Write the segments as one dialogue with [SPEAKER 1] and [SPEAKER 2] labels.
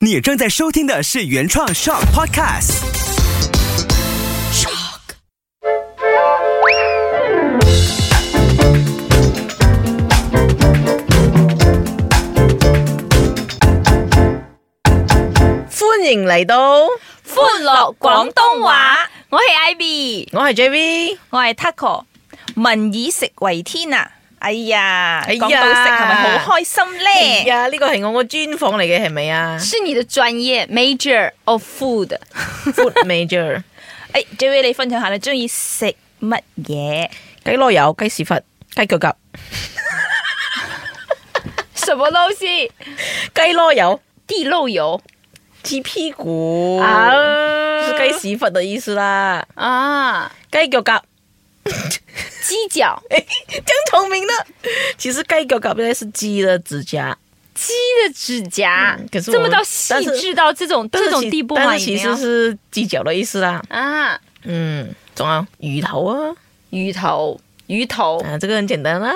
[SPEAKER 1] 你正在收听的是原创 Shock Podcast。
[SPEAKER 2] 欢迎嚟到，
[SPEAKER 3] 欢乐广东话，我系 Ivy，
[SPEAKER 2] 我系 J V，
[SPEAKER 3] 我系 Taco，民以食为天啊！哎呀，
[SPEAKER 2] 哎呀
[SPEAKER 3] 講到食系咪好开心
[SPEAKER 2] 哎
[SPEAKER 3] 咧？
[SPEAKER 2] 呀，呢個係我個專訪嚟嘅，係咪 啊
[SPEAKER 4] 是你的专业 major of food。
[SPEAKER 2] ？Food Major，
[SPEAKER 3] 诶 j v 哎你分享下你中意食乜嘢？
[SPEAKER 2] 雞啰油、雞屎忽、雞腳甲、
[SPEAKER 4] 什么东西？
[SPEAKER 2] 雞啰油、
[SPEAKER 4] 地漏油
[SPEAKER 2] 雞屁
[SPEAKER 3] 哦
[SPEAKER 2] 股，
[SPEAKER 4] 啊
[SPEAKER 2] 就是雞屎忽嘅意思啦，
[SPEAKER 4] 啊，
[SPEAKER 2] 雞腳甲。
[SPEAKER 4] 鸡脚，
[SPEAKER 3] 哎
[SPEAKER 2] 讲同名的，其实雞腳甲咧是雞的指甲，
[SPEAKER 4] 鸡的指甲
[SPEAKER 2] 嗯，可是我
[SPEAKER 4] 这么到细
[SPEAKER 2] 但是
[SPEAKER 4] 致到这种
[SPEAKER 2] 但
[SPEAKER 4] 这
[SPEAKER 2] 是
[SPEAKER 4] 种
[SPEAKER 2] 其
[SPEAKER 4] 地步吗？
[SPEAKER 2] 但是
[SPEAKER 4] 已
[SPEAKER 2] 其
[SPEAKER 4] 经
[SPEAKER 2] 實
[SPEAKER 4] 要
[SPEAKER 2] 是雞腳的意思啦。
[SPEAKER 4] 啊，
[SPEAKER 2] 嗯，仲有魚頭啊，
[SPEAKER 4] 鱼头，鱼头，
[SPEAKER 2] 啊，这個很簡單啦。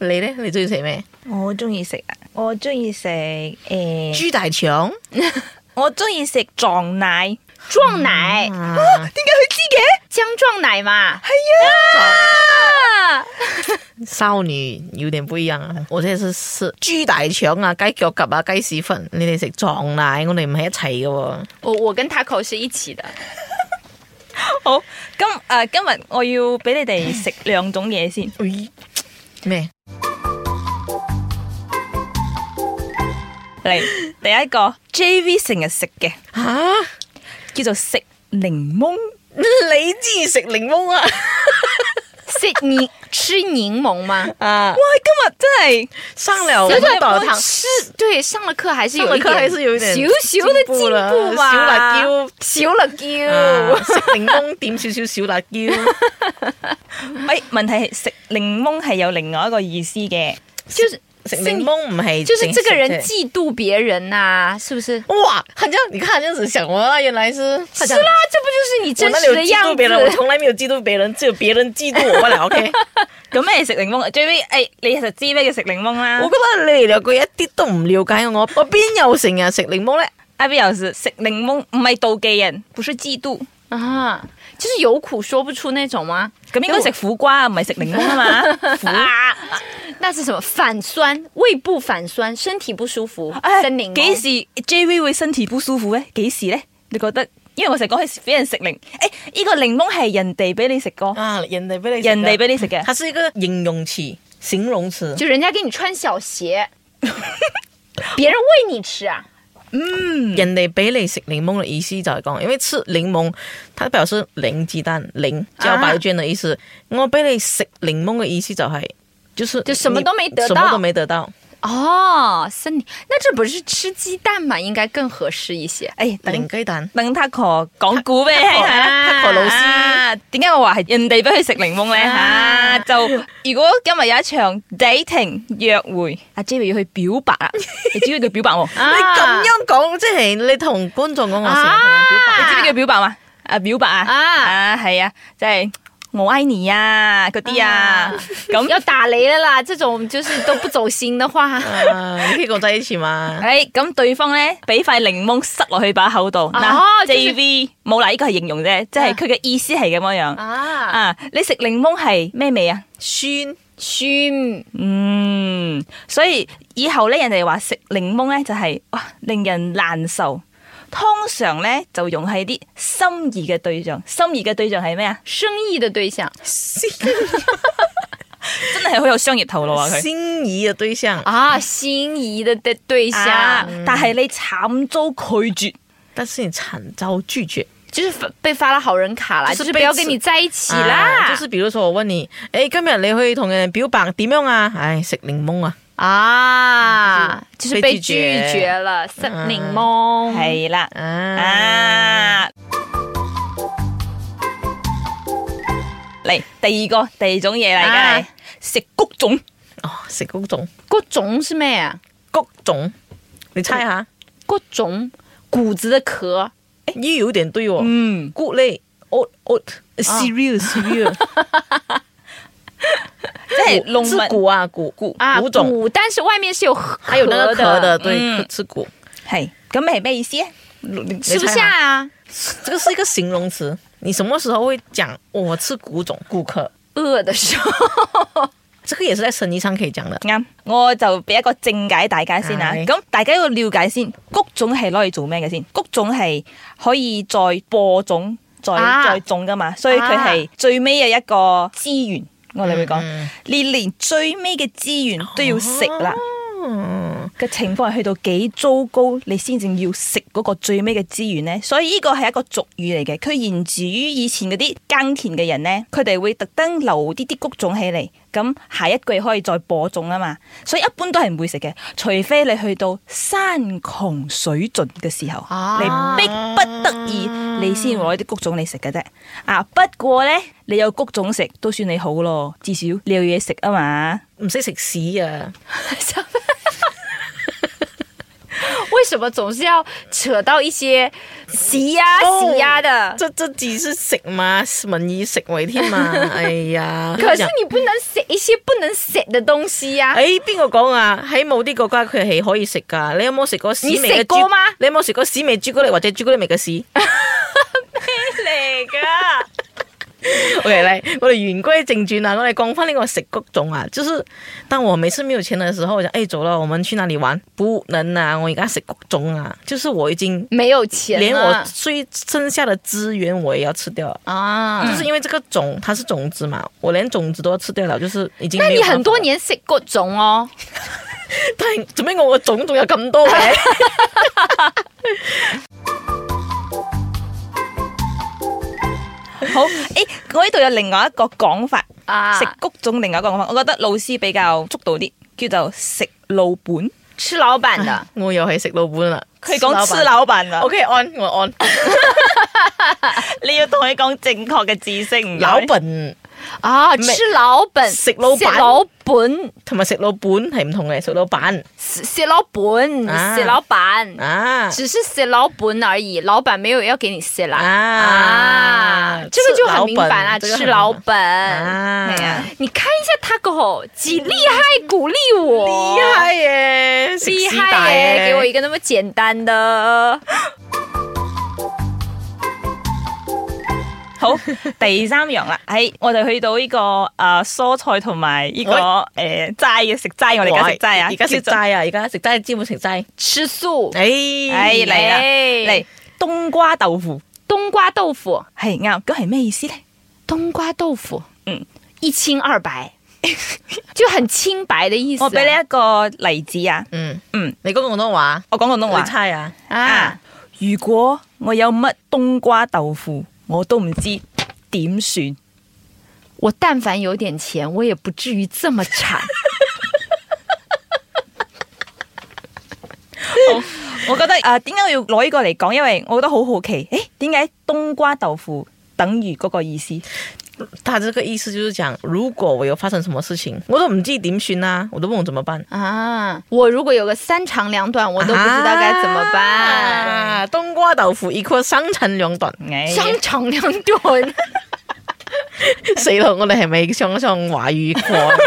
[SPEAKER 2] 你咧，你中意食咩？
[SPEAKER 3] 我中意食啊！我中意食诶，
[SPEAKER 2] 豬大腸。
[SPEAKER 3] 我中意食撞奶。
[SPEAKER 4] 撞奶，
[SPEAKER 2] 啊
[SPEAKER 3] 点解佢知嘅？
[SPEAKER 4] 姜撞奶嘛。啊
[SPEAKER 2] 少女有點不一樣啊！我哋是食豬大腸啊、雞腳甲啊、雞屎忽，你哋食撞奶，我哋唔係一齊嘅喎。
[SPEAKER 4] 我我跟 Taco 是一起的，
[SPEAKER 3] 好，咁诶、呃今日我要俾你哋食两种嘢先。
[SPEAKER 2] 咩？
[SPEAKER 3] 嚟，第一个 J V 成日食嘅
[SPEAKER 2] 嚇、
[SPEAKER 3] 叫做食柠檬。
[SPEAKER 2] 你之前食檸檬啊？
[SPEAKER 4] 是柠吃柠檬吗？
[SPEAKER 2] 啊，
[SPEAKER 3] 哇！今日真係
[SPEAKER 2] 生流
[SPEAKER 4] 真
[SPEAKER 2] 檬
[SPEAKER 4] 係
[SPEAKER 2] 豆
[SPEAKER 4] 哦我
[SPEAKER 2] 糖，
[SPEAKER 4] 吃对上了课还是有
[SPEAKER 2] 上
[SPEAKER 4] 一
[SPEAKER 2] 了課
[SPEAKER 4] 点，
[SPEAKER 2] 還是有一點
[SPEAKER 4] 小小的
[SPEAKER 2] 進步啦
[SPEAKER 4] 步嘛，
[SPEAKER 2] 小辣椒
[SPEAKER 4] 小辣椒。
[SPEAKER 2] 啊食檸檬點少少小 辣椒，
[SPEAKER 3] 喂，問題係食檸檬係有另外一個意思嘅，
[SPEAKER 4] 就是
[SPEAKER 2] 食檸檬唔係
[SPEAKER 4] 就是这个人
[SPEAKER 2] 淨係食
[SPEAKER 4] 嫉妒别人呐、是不是？是
[SPEAKER 2] 啫哇，好像你看这样子想我啊，原來是是
[SPEAKER 4] 啦，这不就是你
[SPEAKER 2] 我
[SPEAKER 4] 真
[SPEAKER 2] 那里
[SPEAKER 4] 实
[SPEAKER 2] 有
[SPEAKER 4] 的
[SPEAKER 2] 嫉妒
[SPEAKER 4] 样
[SPEAKER 2] 別人，我
[SPEAKER 4] 子？
[SPEAKER 2] 從來沒有嫉妒別人，只有別人嫉妒我罢了。OK，
[SPEAKER 3] 咁咩係食檸檬？最尾誒，你其實知咩叫食檸檬啦
[SPEAKER 2] 我覺得你哋兩個一啲都唔了解我，我邊有成日食檸檬咧？
[SPEAKER 3] 阿 B 又是食檸檬，唔係妒忌人，不是嫉妒。
[SPEAKER 4] 啊，就是有苦说不出那种吗？
[SPEAKER 3] 咁應該食苦瓜啊，唔係食檸檬啊 嘛。苦啊！
[SPEAKER 4] 那是什么？反酸，胃部反酸，身体不舒服，
[SPEAKER 2] 哎
[SPEAKER 4] 森
[SPEAKER 3] 哎
[SPEAKER 4] 林、哦
[SPEAKER 3] 幾時 JV 會身體不舒服咧？幾時咧？你覺得？因為我成日講係俾人食檸，誒、依、個檸檬係人哋俾你食
[SPEAKER 4] 哦
[SPEAKER 3] 過，
[SPEAKER 2] 啊，人哋俾你食㗎，
[SPEAKER 3] 人哋俾你食嘅。
[SPEAKER 2] 它是一个形容詞、形容詞。
[SPEAKER 4] 就人家给你穿小鞋， 别人喂你吃啊？
[SPEAKER 2] 人哋俾你食檸檬嘅意思就係講，因為吃檸檬，它表示零雞蛋零茭白卷的意思。我俾你食檸檬嘅意思就係、就是
[SPEAKER 4] 就什麼
[SPEAKER 2] 你
[SPEAKER 4] 都沒得
[SPEAKER 2] 什麼
[SPEAKER 4] 到
[SPEAKER 2] 都沒得到。
[SPEAKER 4] 哦，森林，那这不是吃鸡蛋嘛？应该更合适一些。
[SPEAKER 3] 誒、
[SPEAKER 2] 零
[SPEAKER 3] 哎等
[SPEAKER 2] 雞蛋，
[SPEAKER 3] 等 Taco 講古俾你聽下啦。
[SPEAKER 2] Taco 老師
[SPEAKER 3] 啊，點解我話係人哋俾佢食檸檬咧吓？
[SPEAKER 4] 啊
[SPEAKER 3] 就如果今日有一場 dating 約會，阿 J 要去表 白啊，你知唔知叫表白喎？
[SPEAKER 4] 啊
[SPEAKER 2] 你咁樣講，即係你同觀眾講我成日同
[SPEAKER 4] 啊
[SPEAKER 2] 人表白。
[SPEAKER 3] 你知唔知叫表白嘛？啊，表白啊，
[SPEAKER 4] 啊
[SPEAKER 3] 啊係啊，即係我愛你啊嗰啲啊
[SPEAKER 4] 啊，
[SPEAKER 3] 咁
[SPEAKER 4] 要打雷了啦！这种就是都不走心的话，
[SPEAKER 2] 啊，你可以跟我在一 起嘛？
[SPEAKER 3] 誒咁對方咧俾塊檸檬塞落去把口度，
[SPEAKER 4] 哦
[SPEAKER 3] 嗱
[SPEAKER 4] 即係
[SPEAKER 3] J V 冇啦，呢個係形容啫，即係佢嘅意思係咁樣樣
[SPEAKER 4] 啊，
[SPEAKER 3] 啊。你食檸檬係咩味啊？
[SPEAKER 2] 酸
[SPEAKER 4] 熏
[SPEAKER 3] 嗯，所以以後咧，人哋話食檸檬咧就係哇令人難受。通常咧就用喺啲心儀嘅對象，心儀嘅對象係咩啊？
[SPEAKER 4] 生意的對象
[SPEAKER 3] 真係好有商業頭腦啊佢。
[SPEAKER 2] 心儀嘅對象，
[SPEAKER 4] 啊，心儀的的對象，嗯
[SPEAKER 3] 啊！但係你慘遭拒絕，
[SPEAKER 2] 但是你慘遭拒絕。
[SPEAKER 4] 就是發被發了好人卡啦，
[SPEAKER 2] 就是
[SPEAKER 4] 就是
[SPEAKER 2] 被
[SPEAKER 4] 不要
[SPEAKER 2] 指
[SPEAKER 4] 跟你在一起
[SPEAKER 2] 啊
[SPEAKER 4] 啦，
[SPEAKER 2] 就是比如說我問你，誒今日你去同人表白點樣啊？唉，食檸檬啊！
[SPEAKER 4] 啊，
[SPEAKER 2] 就
[SPEAKER 4] 就是是
[SPEAKER 2] 被
[SPEAKER 4] 被
[SPEAKER 2] 拒
[SPEAKER 4] 拒
[SPEAKER 2] 絕
[SPEAKER 4] 絕了，森林哦檬
[SPEAKER 3] 係啦
[SPEAKER 2] 啊，
[SPEAKER 3] 啊！嚟第二個第二種嘢嚟嘅
[SPEAKER 4] 啊，
[SPEAKER 3] 食谷種
[SPEAKER 2] 哦，食嗰種
[SPEAKER 4] 嗰種是咩啊？
[SPEAKER 2] 谷種，你猜下？
[SPEAKER 4] 嗰種谷子的殼
[SPEAKER 2] 咦，有點對喎。
[SPEAKER 3] 嗯，
[SPEAKER 2] 谷類，oat oat
[SPEAKER 4] 啊
[SPEAKER 2] cereal cereal，
[SPEAKER 3] 即係農
[SPEAKER 2] 是
[SPEAKER 3] 民
[SPEAKER 2] 谷啊谷谷
[SPEAKER 4] 啊，
[SPEAKER 2] 谷種，
[SPEAKER 4] 谷，但是外面是有殼
[SPEAKER 2] 還有那個殼的，
[SPEAKER 4] 的，
[SPEAKER 2] 對
[SPEAKER 3] 嗯，
[SPEAKER 2] 吃谷。
[SPEAKER 3] 係咁係咩意思咧？
[SPEAKER 4] 吃不
[SPEAKER 2] 猜
[SPEAKER 4] 下啊，
[SPEAKER 2] 这个是一个形容词。你什么时候会讲哦我吃古种顾客？
[SPEAKER 4] 饿的时候。
[SPEAKER 2] 这个也是在生意上可以讲的。
[SPEAKER 3] 啱，我就俾一個正解大家先啊。
[SPEAKER 2] 係
[SPEAKER 3] 咁大家要了解先，谷種係攞嚟做咩嘅先？谷種係可以再播種、再、
[SPEAKER 4] 啊
[SPEAKER 3] 再種噶嘛，所以佢係最尾嘅一個資源。我哋會講，你連最尾嘅資源都要食啦。
[SPEAKER 2] 嗯，
[SPEAKER 3] 嘅情況係去到幾糟糕，你先至要食嗰個最尾嘅資源呢。所以呢個係一個俗語嚟嘅，佢源自於以前嗰啲耕田嘅人呢，佢哋會特登留啲啲谷種起嚟，咁下一季可以再播種啊嘛。所以一般都係唔會食嘅，除非你去到山窮水盡嘅時候，
[SPEAKER 4] 啊
[SPEAKER 3] 你逼不得已，你先會攞啲谷種嚟食嘅啫。啊，不過呢，你有谷種食都算你好咯，至少你有嘢食啊嘛。
[SPEAKER 2] 唔识食屎啊！
[SPEAKER 4] 为什么总是要扯到一些洗呀洗呀的？
[SPEAKER 2] 哦这这只是食嘛，民以食为天 嘛。哎呀，
[SPEAKER 4] 可是你不能写一些不能写的东西呀、
[SPEAKER 2] 诶，边个讲啊？喺某啲國家佢係可以食噶。你有冇食過屎味
[SPEAKER 4] 你
[SPEAKER 2] 嘅
[SPEAKER 4] 食
[SPEAKER 2] 朱？
[SPEAKER 4] 過嗎
[SPEAKER 2] 你有冇食過屎味朱古力或者朱古力味嘅屎
[SPEAKER 3] 嚟噶。
[SPEAKER 2] ？OK，来，我哋言歸正傳啊，我哋講翻呢個食谷種啊，就是當我每次沒有錢嘅時候，我就誒、哎走了，我們去哪裡玩？不能啊，我而家食谷種啊，就是我已經
[SPEAKER 4] 没有钱啊
[SPEAKER 2] 連我
[SPEAKER 4] 了
[SPEAKER 2] 最剩下的資源我也要吃掉了。
[SPEAKER 4] 啊！
[SPEAKER 2] 就是因為這個種它是種子嘛，我連種子都要吃掉了，就是已經
[SPEAKER 4] 那
[SPEAKER 2] 沒有
[SPEAKER 4] 你
[SPEAKER 2] 辦法
[SPEAKER 4] 很多
[SPEAKER 2] 了，
[SPEAKER 4] 年食各种哦，
[SPEAKER 2] 但係做咩我個種仲有咁多嘅？
[SPEAKER 3] 好，诶、我呢度有另外一個講法，
[SPEAKER 4] 啊
[SPEAKER 3] 食谷種另外一個講法，我覺得老師比較捉到啲，叫做食老本。
[SPEAKER 4] 吃老板的
[SPEAKER 2] 我又係食老本啦。
[SPEAKER 3] 佢講吃老闆噶
[SPEAKER 2] O K，安我安
[SPEAKER 3] 你要同佢講正確嘅字識唔該
[SPEAKER 2] 老本
[SPEAKER 4] 啊，吃老本，
[SPEAKER 2] 食老板
[SPEAKER 4] 食老本，
[SPEAKER 2] 同埋食老本係唔同嘅，食老闆
[SPEAKER 4] 食食老本，
[SPEAKER 2] 啊
[SPEAKER 4] 食老板，
[SPEAKER 2] 啊
[SPEAKER 4] 只是食老本而已，老板没有要给你食啦
[SPEAKER 2] 啊
[SPEAKER 4] 啊，这个就很明白啦，
[SPEAKER 2] 吃老本
[SPEAKER 4] 吃老本。
[SPEAKER 2] 啊
[SPEAKER 3] 係啊，
[SPEAKER 4] 你看一下他狗几厉害，鼓励我，
[SPEAKER 2] 厲害耶，食
[SPEAKER 4] 厉
[SPEAKER 2] 屎大
[SPEAKER 4] 害耶，
[SPEAKER 2] 耶，
[SPEAKER 4] 给我一个那么简单的。
[SPEAKER 3] 好，第三樣啦，喺我哋去到呢、個个呃蔬菜同埋呢個诶斋嘅食齋，我哋而家食齋啊，
[SPEAKER 2] 而家食
[SPEAKER 3] 叫做，
[SPEAKER 2] 齋啊，而家食齋，知唔知食齋？
[SPEAKER 4] 吃素，
[SPEAKER 3] 哎
[SPEAKER 2] 哎，
[SPEAKER 3] 嚟啦
[SPEAKER 4] 哎
[SPEAKER 3] 嚟冬瓜豆腐
[SPEAKER 4] 冬瓜豆腐，
[SPEAKER 3] 係啱，咁係咩意思咧？
[SPEAKER 4] 冬瓜豆腐，
[SPEAKER 3] 嗯，
[SPEAKER 4] 一清二白， 就很清白的意思。啊
[SPEAKER 3] 我俾你一個例子啊，
[SPEAKER 2] 嗯，
[SPEAKER 3] 嗯，
[SPEAKER 2] 你講廣東話，
[SPEAKER 3] 我講廣東話
[SPEAKER 2] 你。猜啊？
[SPEAKER 4] 啊
[SPEAKER 3] 啊！，如果我有乜冬瓜豆腐，我都唔知點算。
[SPEAKER 4] 我但凡有点钱，我也不至于这么惨。
[SPEAKER 3] 我覺得啊，點解我要攞呢個嚟講？因為我覺得好好奇，诶，點解冬瓜豆腐等於嗰個意思？
[SPEAKER 2] 他這個意思就是講，如果我有發生什麼事情，我都唔知點算啦，我都不懂怎麼辦，
[SPEAKER 4] 啊！我如果有个三长两短，我都不知道该怎么办。
[SPEAKER 2] 啊冬瓜豆腐 equal 生陳兩頓。
[SPEAKER 3] 哎
[SPEAKER 4] 三长两 短，
[SPEAKER 2] 死咯！我哋系咪上一上華語 課？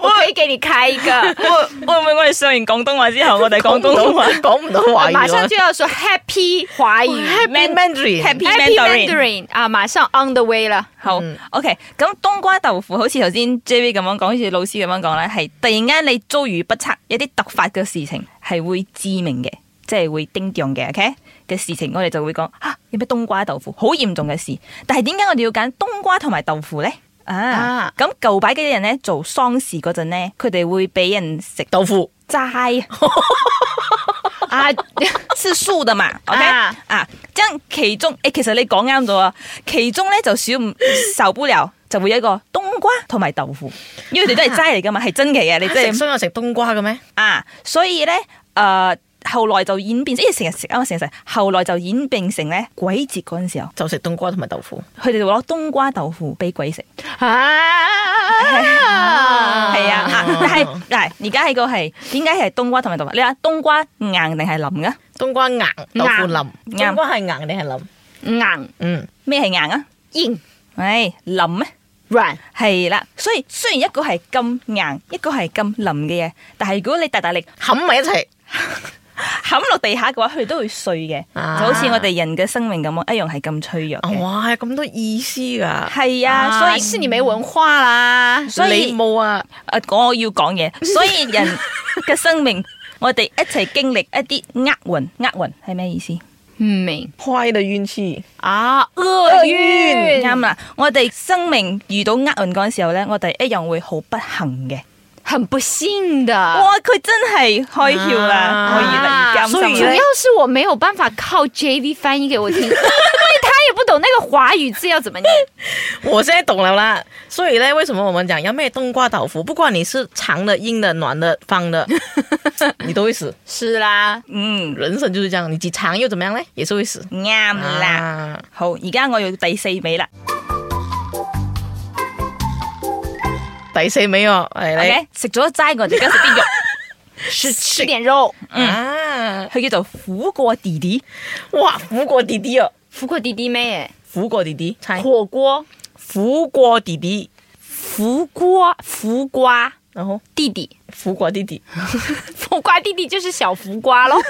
[SPEAKER 4] 我可以给你开一 个。
[SPEAKER 3] 我會唔會我哋上完廣東話之後，我哋廣東話
[SPEAKER 2] 話，講唔到華語。
[SPEAKER 4] 马上就要说哦 Happy 华语
[SPEAKER 2] Happy Mandarin。
[SPEAKER 3] Happy
[SPEAKER 4] Happy
[SPEAKER 3] Mandarin
[SPEAKER 4] Mandarin 啊，马上 on the way 了。
[SPEAKER 3] 好、
[SPEAKER 2] 嗯
[SPEAKER 3] o k 咁冬瓜豆腐好似頭先 J V 咁樣講，好似老師咁樣講咧，係突然間你遭遇不測，有啲突發嘅事情係會致命嘅，即係會叮當嘅，OK 嘅事情，我哋就會講啊，有咩冬瓜豆腐，好嚴重嘅事。但係點解我哋要揀冬瓜同埋豆腐咧？啊
[SPEAKER 4] 啊，
[SPEAKER 3] 咁舊擺嘅人咧做喪事嗰陣咧，佢哋會俾人食
[SPEAKER 2] 豆腐
[SPEAKER 3] 齋。
[SPEAKER 4] 啊，
[SPEAKER 3] 是素的嘛，OK
[SPEAKER 4] 啊
[SPEAKER 3] 啊這樣其中诶、其實你講啱咗啊，其中咧就少唔受不了，就會有一個冬瓜同埋豆腐，因為佢哋都係齋嚟噶嘛，係真嘅嘅，你
[SPEAKER 2] 即係
[SPEAKER 3] 真係
[SPEAKER 2] 所有食冬瓜嘅咩？
[SPEAKER 3] 啊，所以咧诶、呃，后来就演變，因為成日食啊，成日食，後來就演變成咧鬼節嗰阵時候，
[SPEAKER 2] 就食冬瓜同埋豆腐。
[SPEAKER 3] 佢哋就攞冬瓜豆腐俾鬼食，
[SPEAKER 4] 啊
[SPEAKER 3] 係啊，啊但係嗱，而家喺個係點解係冬瓜同埋豆腐？你話冬瓜硬定係腍噶？
[SPEAKER 2] 冬瓜硬，豆腐腍。
[SPEAKER 3] 硬
[SPEAKER 2] 冬瓜係硬定係腍？
[SPEAKER 4] 硬
[SPEAKER 2] 嗯，
[SPEAKER 3] 咩係硬啊？
[SPEAKER 4] 硬
[SPEAKER 3] 喂，腍咩？
[SPEAKER 4] 软，
[SPEAKER 3] 系啦，所以雖然一個係咁硬，一個係咁腍嘅嘢，但係如果你大大力
[SPEAKER 2] 冚埋一齊。
[SPEAKER 3] 冚落地下嘅話，佢都會碎嘅，
[SPEAKER 2] 啊
[SPEAKER 3] 就好似我哋人嘅生命咁樣，一樣係咁脆弱嘅。
[SPEAKER 2] 哇，咁多意思噶，
[SPEAKER 3] 係啊，
[SPEAKER 4] 啊，所
[SPEAKER 3] 所
[SPEAKER 4] 以
[SPEAKER 3] 以
[SPEAKER 4] 是你没文化啦。
[SPEAKER 3] 所以
[SPEAKER 2] 你冇啊，
[SPEAKER 3] 诶，我要講嘢，所以人嘅生命，我哋一齊經歷一啲厄運，厄運係咩意思？
[SPEAKER 4] 唔明
[SPEAKER 2] 坏的运气，
[SPEAKER 4] 啊，
[SPEAKER 3] Ờ,
[SPEAKER 4] 嗯厄运
[SPEAKER 3] 啱啦，我哋生命遇到厄運嗰陣時候咧，我哋一樣會好不幸嘅。
[SPEAKER 4] 很不幸的。
[SPEAKER 3] 哇！佢真係開竅啦，
[SPEAKER 2] 啊
[SPEAKER 3] 我越嚟越
[SPEAKER 4] 啊
[SPEAKER 3] 甘
[SPEAKER 2] 所以
[SPEAKER 3] 心
[SPEAKER 4] 主
[SPEAKER 2] 呢
[SPEAKER 3] 啦
[SPEAKER 4] 要。是我没有办法靠 JV 翻译给 我听，因为他也不懂那个华语字要怎么念。
[SPEAKER 2] 我现在懂了啦。所以呢，为什么我们讲要卖冬瓜豆腐，不管你是长的、硬的、软的、方 的，你都会死。
[SPEAKER 4] 是啦，
[SPEAKER 3] 嗯，
[SPEAKER 2] 人生就是这样，你几长又怎么样呢？也是会死。
[SPEAKER 3] 啱嗯啦。
[SPEAKER 2] 啊，
[SPEAKER 3] 好，而家我要第四味啦。
[SPEAKER 2] 第四味哦，嚟嚟
[SPEAKER 3] OK，食咗齋我哋而家食 啲肉，
[SPEAKER 2] 是
[SPEAKER 4] 吃点肉。
[SPEAKER 3] 嗯
[SPEAKER 2] 啊，
[SPEAKER 3] 佢叫做苦過弟弟。
[SPEAKER 2] 哇，苦过弟弟哦，
[SPEAKER 4] 福过弟弟妹，哎
[SPEAKER 2] 苦过弟弟，猜
[SPEAKER 4] 火锅、
[SPEAKER 2] 苦过弟弟，
[SPEAKER 4] 福锅、福瓜
[SPEAKER 2] 然后
[SPEAKER 4] 弟弟，
[SPEAKER 2] 苦过弟弟，
[SPEAKER 4] 福瓜弟弟就是小福瓜咯。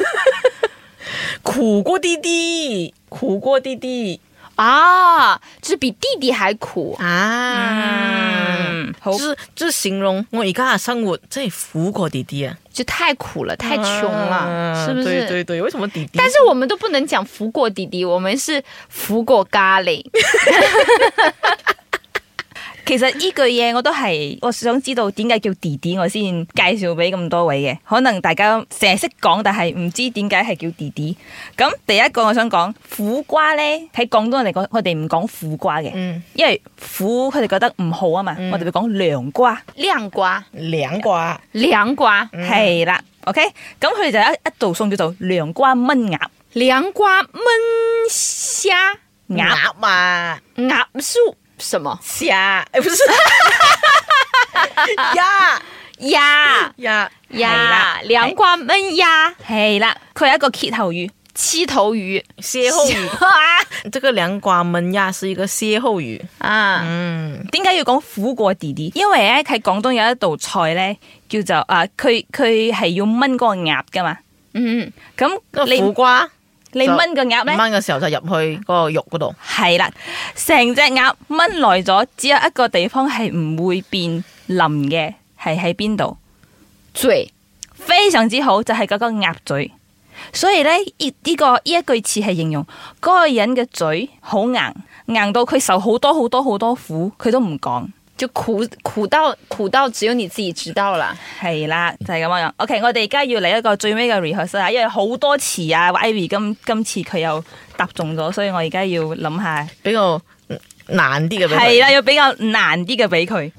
[SPEAKER 2] 苦过弟弟，苦过弟弟
[SPEAKER 4] 啊，就是比弟弟还苦。
[SPEAKER 2] 啊。
[SPEAKER 3] 嗯，好
[SPEAKER 2] 就。是就是形容我而家嘅生活真系苦过弟弟啊，
[SPEAKER 4] 就太苦了，太穷了，
[SPEAKER 2] 啊
[SPEAKER 4] 是不是？
[SPEAKER 2] 对对对，为什么弟弟？
[SPEAKER 4] 但是我们都不能讲福过弟弟，我们是福过咖喱。
[SPEAKER 3] 其實呢句嘢我都係，我想知道點解叫弟弟，我先介紹俾咁多位嘅。可能大家成日識講，但係唔知點解係叫弟弟。咁第一個我想講苦瓜咧，喺廣東人嚟講，我哋唔講苦瓜嘅，
[SPEAKER 2] 嗯，
[SPEAKER 3] 因為苦佢哋覺得唔好啊嘛，我哋會講涼瓜。
[SPEAKER 4] 亮瓜、
[SPEAKER 2] 凉瓜，
[SPEAKER 4] 凉瓜、
[SPEAKER 2] 嗯
[SPEAKER 3] 係啦，OK，咁佢就有一一道餸叫做涼瓜炆鴨，
[SPEAKER 4] 凉瓜焖虾
[SPEAKER 3] 鴨
[SPEAKER 2] 鸭嘛，
[SPEAKER 4] 鸭是什么
[SPEAKER 2] 虾，哎不 是，鸭
[SPEAKER 4] 鸭
[SPEAKER 2] 鸭
[SPEAKER 4] 鸭？凉瓜焖鸭、
[SPEAKER 3] 係啦，佢係一個歇後語，
[SPEAKER 4] 七头鱼、
[SPEAKER 2] 歇后语，这个凉瓜焖鸭是一个歇后语，
[SPEAKER 4] 啊，
[SPEAKER 2] 嗯，
[SPEAKER 3] 點解要講苦過弟弟？因為咧喺廣東有一道菜咧叫做啊，佢佢係要炆嗰個鴨噶嘛，
[SPEAKER 4] 嗯，
[SPEAKER 2] 那
[SPEAKER 3] 咁
[SPEAKER 2] 個啊苦
[SPEAKER 3] 你啊
[SPEAKER 2] 瓜
[SPEAKER 3] 你炆個鴨咧
[SPEAKER 2] 炆嘅時候就入去嗰個肉嗰度，
[SPEAKER 3] 係啦，成隻鴨炆耐咗，只有一個地方係唔會變腍嘅，係喺邊度？
[SPEAKER 4] 嘴
[SPEAKER 3] 非常之好，就係嗰個鴨嘴。所以咧，呢呢、個呢一句詞係形容嗰、個人嘅嘴好硬，硬到佢受好多好多好多苦，佢都唔講。
[SPEAKER 4] 就苦苦到苦到只有你自己知道啦。
[SPEAKER 3] 係啦，就係咁樣樣。OK，我哋而家要嚟一個最尾嘅 rehearsal 啊，因為好多詞啊，Ivy 今今次佢又答中咗，所以我而家要諗下，
[SPEAKER 2] 比較難嗯啲嘅俾佢
[SPEAKER 3] 係啊啦，要比較難啲嘅俾佢。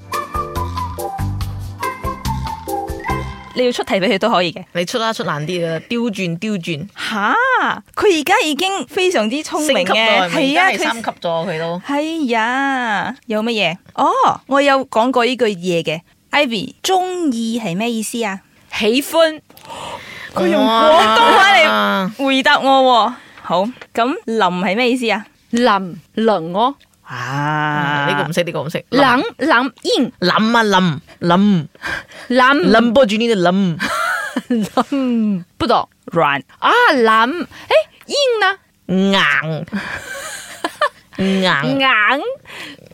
[SPEAKER 3] 你要出題俾佢都可以嘅。
[SPEAKER 2] 你出啦出難啲嘅，刁轉刁轉，
[SPEAKER 3] 吓，佢而家已經非常之聰
[SPEAKER 2] 升
[SPEAKER 3] 明
[SPEAKER 2] 級
[SPEAKER 3] 嘅，
[SPEAKER 2] 咗係咪？
[SPEAKER 3] 係啊，
[SPEAKER 2] 而家係
[SPEAKER 3] 佢
[SPEAKER 2] 三級咗佢都。
[SPEAKER 3] 係啊呀，有乜嘢？哦，我有講過呢句嘢嘅，Ivy 中意係咩意思啊？
[SPEAKER 4] 喜欢
[SPEAKER 3] 佢用廣東話嚟
[SPEAKER 2] 啊
[SPEAKER 3] 回答我喎。好，咁林係咩意思啊？
[SPEAKER 4] 冷冷哦，
[SPEAKER 3] 啊
[SPEAKER 2] 呢個唔識，呢個唔識。
[SPEAKER 4] 冷冷硬
[SPEAKER 2] 冧啊冧冧
[SPEAKER 4] 冷
[SPEAKER 2] 冧波住呢度冧，
[SPEAKER 4] 冷不懂
[SPEAKER 3] run
[SPEAKER 4] 啊冷哎硬呢？
[SPEAKER 2] 硬硬
[SPEAKER 4] 硬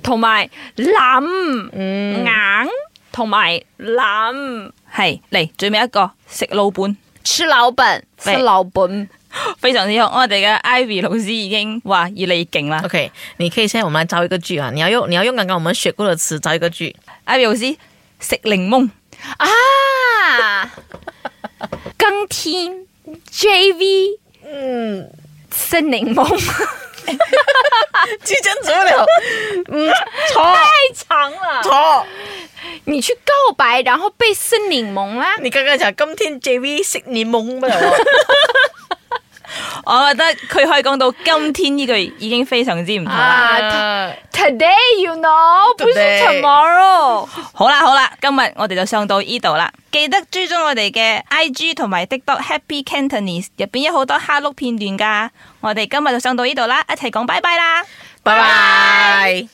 [SPEAKER 4] 同埋冧，硬同埋冧。
[SPEAKER 3] 係嚟最尾一個食老本，
[SPEAKER 4] 吃老本，
[SPEAKER 3] 喂
[SPEAKER 4] 吃老本，
[SPEAKER 3] 非常之好。我哋嘅 Ivy 老師已經話越嚟越勁啦。
[SPEAKER 2] OK，你可以现在我们来造一个句啊！你要用你要用刚刚我们学过的词造一个句。
[SPEAKER 3] Ivy 老師食檸檬，
[SPEAKER 4] 啊！ 更天 JV
[SPEAKER 2] 嗯，
[SPEAKER 4] 森林檬
[SPEAKER 2] 即将左了，嗯，错
[SPEAKER 4] 太长 了，
[SPEAKER 2] 错。
[SPEAKER 4] 你去告白，然后被森林啊檬啦。
[SPEAKER 2] 你刚刚讲今天 JV 识你懵不了哦，
[SPEAKER 3] 我覺得佢可以講到今天呢句已經非常之唔錯啦。
[SPEAKER 4] 啊，Today you know，不是
[SPEAKER 2] Today
[SPEAKER 4] tomorrow。
[SPEAKER 3] 好啦好啦，今日我哋就上到呢度啦。記得追蹤我哋嘅 I G 同埋 TikTok Happy Cantonese，入邊有好多蝦碌片段噶。我哋今日就上到呢度啦，一齊講拜拜啦！
[SPEAKER 2] 拜拜。